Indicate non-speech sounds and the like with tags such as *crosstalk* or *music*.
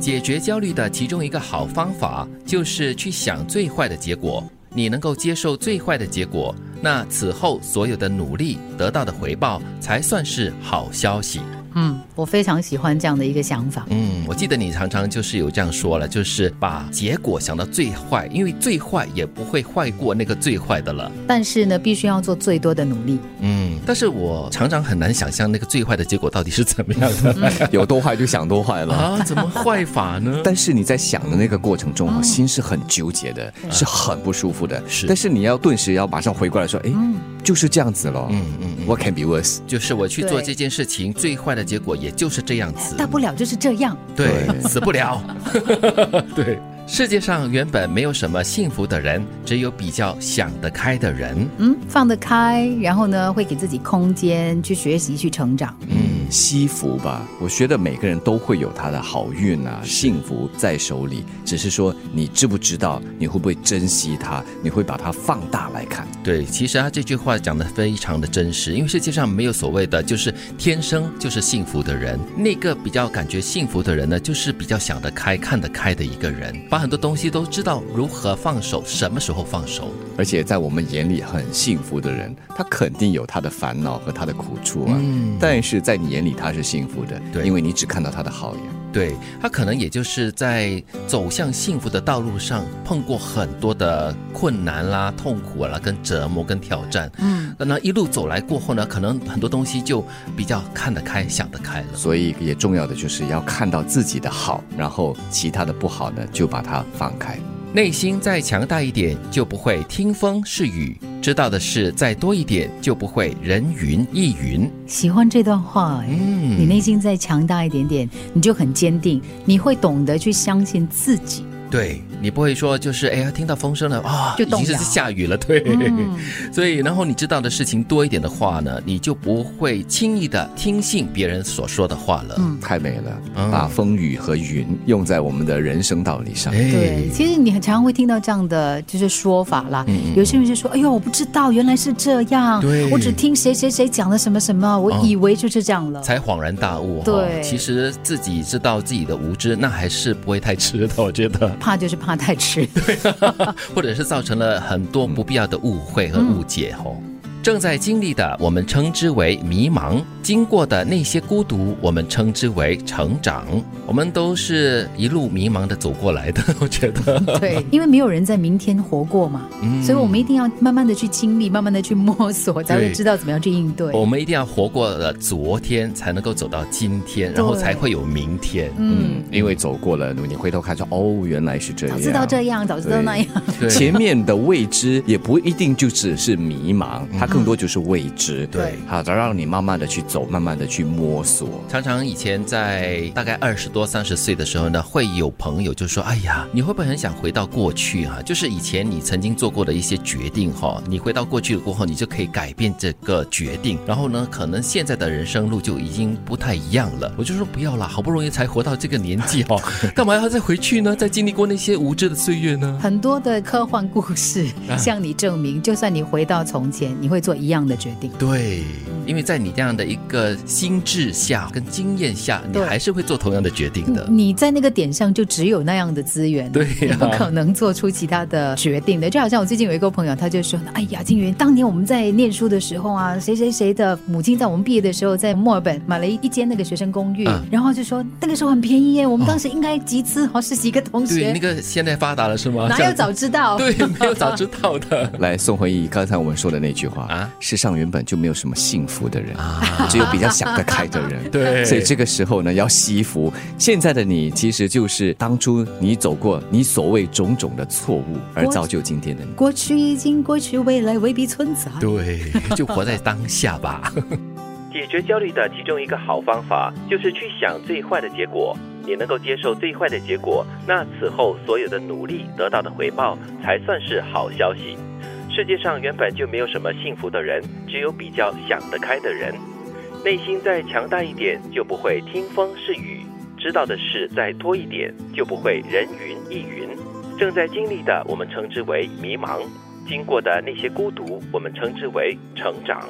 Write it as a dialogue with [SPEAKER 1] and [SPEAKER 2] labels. [SPEAKER 1] 解决焦虑的其中一个好方法就是去想最坏的结果。你能够接受最坏的结果，那此后所有的努力得到的回报才算是好消息。
[SPEAKER 2] 嗯，我非常喜欢这样的一个想法。
[SPEAKER 1] 嗯，我记得你常常就是有这样说了，就是把结果想到最坏，因为最坏也不会坏过那个最坏的了。
[SPEAKER 2] 但是呢，必须要做最多的努力。
[SPEAKER 1] 嗯，但是我常常很难想象那个最坏的结果到底是怎么样的
[SPEAKER 2] *laughs*
[SPEAKER 3] *laughs* 有多坏就想多坏了。
[SPEAKER 1] 啊？怎么坏法呢？
[SPEAKER 3] 但是你在想的那个过程中啊，心是很纠结的，是很不舒服的。
[SPEAKER 1] 嗯是
[SPEAKER 3] 但是你要顿时要马上回过来说，哎，就是这样子咯。
[SPEAKER 1] 嗯嗯嗯，
[SPEAKER 3] What can be worse？
[SPEAKER 1] 就是我去做
[SPEAKER 2] 对
[SPEAKER 1] 这件事情，最坏的结果也就是这样子。
[SPEAKER 2] 大不了就是这样。
[SPEAKER 1] 对，
[SPEAKER 3] 对
[SPEAKER 1] 死不了。对，世界上原本没有什么幸福的人，只有比较想得开的人。
[SPEAKER 2] 嗯，放得开，然后呢，会给自己空间去学习、去成长。
[SPEAKER 1] 嗯，
[SPEAKER 3] 惜福吧，我觉得每个人都会有他的好运啊，幸福在手里，只是说你知不知道，你会不会珍惜它，你会把它放大来看。
[SPEAKER 1] 对，其实他这句话讲得非常的真实，因为世界上没有所谓的就是天生就是幸福的人，那个比较感觉幸福的人呢，就是比较想得开、看得开的一个人，把很多东西都知道如何放手，什么时候放手。
[SPEAKER 3] 而且在我们眼里很幸福的人，他肯定有他的烦恼和他的苦处啊。但是在你眼里他是幸福的，
[SPEAKER 1] 嗯对
[SPEAKER 3] 因为你只看到他的好呀。
[SPEAKER 1] 对他可能也就是在走向幸福的道路上碰过很多的困难啦、痛苦啦、跟折磨、跟挑战。嗯，那一路走来过后呢，可能很多东西就比较看得开、想得开了。
[SPEAKER 3] 所以也重要的就是要看到自己的好，然后其他的不好呢，就把它放开。
[SPEAKER 1] 内心再强大一点，就不会听风是雨；知道的事再多一点，就不会人云亦云。
[SPEAKER 2] 喜欢这段话，哎
[SPEAKER 1] 嗯
[SPEAKER 2] 你内心再强大一点点，你就很坚定，你会懂得去相信自己。
[SPEAKER 1] 对你不会说就是哎呀，听到风声了啊，
[SPEAKER 2] 就
[SPEAKER 1] 已经
[SPEAKER 2] 动
[SPEAKER 1] 是
[SPEAKER 2] 摇
[SPEAKER 1] 下雨了，对。
[SPEAKER 2] 嗯
[SPEAKER 1] 所以，然后你知道的事情多一点的话呢，你就不会轻易的听信别人所说的话了。
[SPEAKER 2] 嗯
[SPEAKER 3] 太美了，
[SPEAKER 1] 嗯
[SPEAKER 3] 把风雨和云用在我们的人生道理上。
[SPEAKER 1] 哎
[SPEAKER 2] 对，其实你很常会听到这样的就是说法啦。
[SPEAKER 1] 嗯嗯
[SPEAKER 2] 有些人就说：“哎呦，我不知道，原来是这样。
[SPEAKER 1] 对
[SPEAKER 2] 我只听谁谁谁讲了什么什么，我
[SPEAKER 1] 哦
[SPEAKER 2] 以为就是这样了。
[SPEAKER 1] 才恍然大悟哈、
[SPEAKER 2] 对
[SPEAKER 1] 其实自己知道自己的无知，那还是不会太迟的，我觉得，
[SPEAKER 2] 怕就是怕太迟。
[SPEAKER 1] 或者是造成了很多不必要的误会和误解哈、
[SPEAKER 2] 嗯
[SPEAKER 1] 正在经历的，我们称之为迷茫；经过的那些孤独，我们称之为成长。我们都是一路迷茫的走过来的，我觉得。
[SPEAKER 2] *laughs* 对，因为没有人在明天活过嘛，所以我们一定要慢慢的去经历，慢慢的去摸索，才会知道怎么样去应对。
[SPEAKER 1] 我们一定要活过了昨天，才能够走到今天，然后才会有明天。
[SPEAKER 2] 嗯，
[SPEAKER 3] 嗯，因为走过了，你回头看说，哦，原来是这
[SPEAKER 2] 早
[SPEAKER 3] 样。
[SPEAKER 2] 知道这样，早知道那样，
[SPEAKER 1] 对
[SPEAKER 3] 前面的未知也不一定就只是迷茫，它更多就是未知。
[SPEAKER 1] 嗯对
[SPEAKER 3] 好，再让你慢慢的去走，慢慢的去摸索。
[SPEAKER 1] 常常以前在大概二十多、三十岁的时候呢，会有朋友就说：“哎呀，你会不会很想回到过去啊？就是以前你曾经做过的一些决定哈、你回到过去了过后，你就可以改变这个决定。然后呢，可能现在的人生路就已经不太一样了。”我就说：“不要啦，好不容易才活到这个年纪哈、干嘛要再回去呢？再经历过那些无知的岁月呢？”
[SPEAKER 2] 很多的科幻故事向你证明，就算你回到从前，你会做一样的决定。
[SPEAKER 1] 对，因为在你这样的一个心智下跟经验下，你
[SPEAKER 2] 对嗯
[SPEAKER 1] 还是会做同样的决定的。
[SPEAKER 2] 你在那个点上就只有那样的资源，
[SPEAKER 1] 对
[SPEAKER 2] 你
[SPEAKER 1] 呀
[SPEAKER 2] 不可能做出其他的决定的。就好像我最近有一个朋友，他就说：“哎呀，金源，当年我们在念书的时候啊，谁谁谁的母亲在我们毕业的时候，在墨尔本买了一一间那个学生公寓，
[SPEAKER 1] 嗯哦
[SPEAKER 2] 然后就说那个时候很便宜耶，我们当时应该集资，哦好十几个同
[SPEAKER 1] 对，
[SPEAKER 2] 学，
[SPEAKER 1] 那个现在发达了是吗？
[SPEAKER 2] *laughs* 哪
[SPEAKER 1] 这
[SPEAKER 2] 有
[SPEAKER 1] 样子
[SPEAKER 2] 早知
[SPEAKER 1] *laughs*
[SPEAKER 2] 道？
[SPEAKER 1] 对，没有早知道的
[SPEAKER 3] 来送回忆刚才我们说的那句话
[SPEAKER 1] 啊
[SPEAKER 3] 啊，世上原本就没有什么幸福的人，
[SPEAKER 1] 啊。
[SPEAKER 3] 只有比较想得开的人。
[SPEAKER 1] 对
[SPEAKER 3] 所以这个时候呢，要惜福。现在的你其实就是当初你走过你所谓种种的错误，而造就今天的你。
[SPEAKER 2] *laughs* 过去已经过去，未来未必存在。
[SPEAKER 1] 对，就活在当下吧。解决焦虑的其中一个好方法，就是去想最坏的结果。你能够接受最坏的结果，那此后所有的努力得到的回报，才算是好消息。世界上原本就没有什么幸福的人，只有比较想得开的人。内心再强大一点，就不会听风是雨；知道的事再多一点，就不会人云亦云。正在经历的，我们称之为迷茫；经过的那些孤独，我们称之为成长。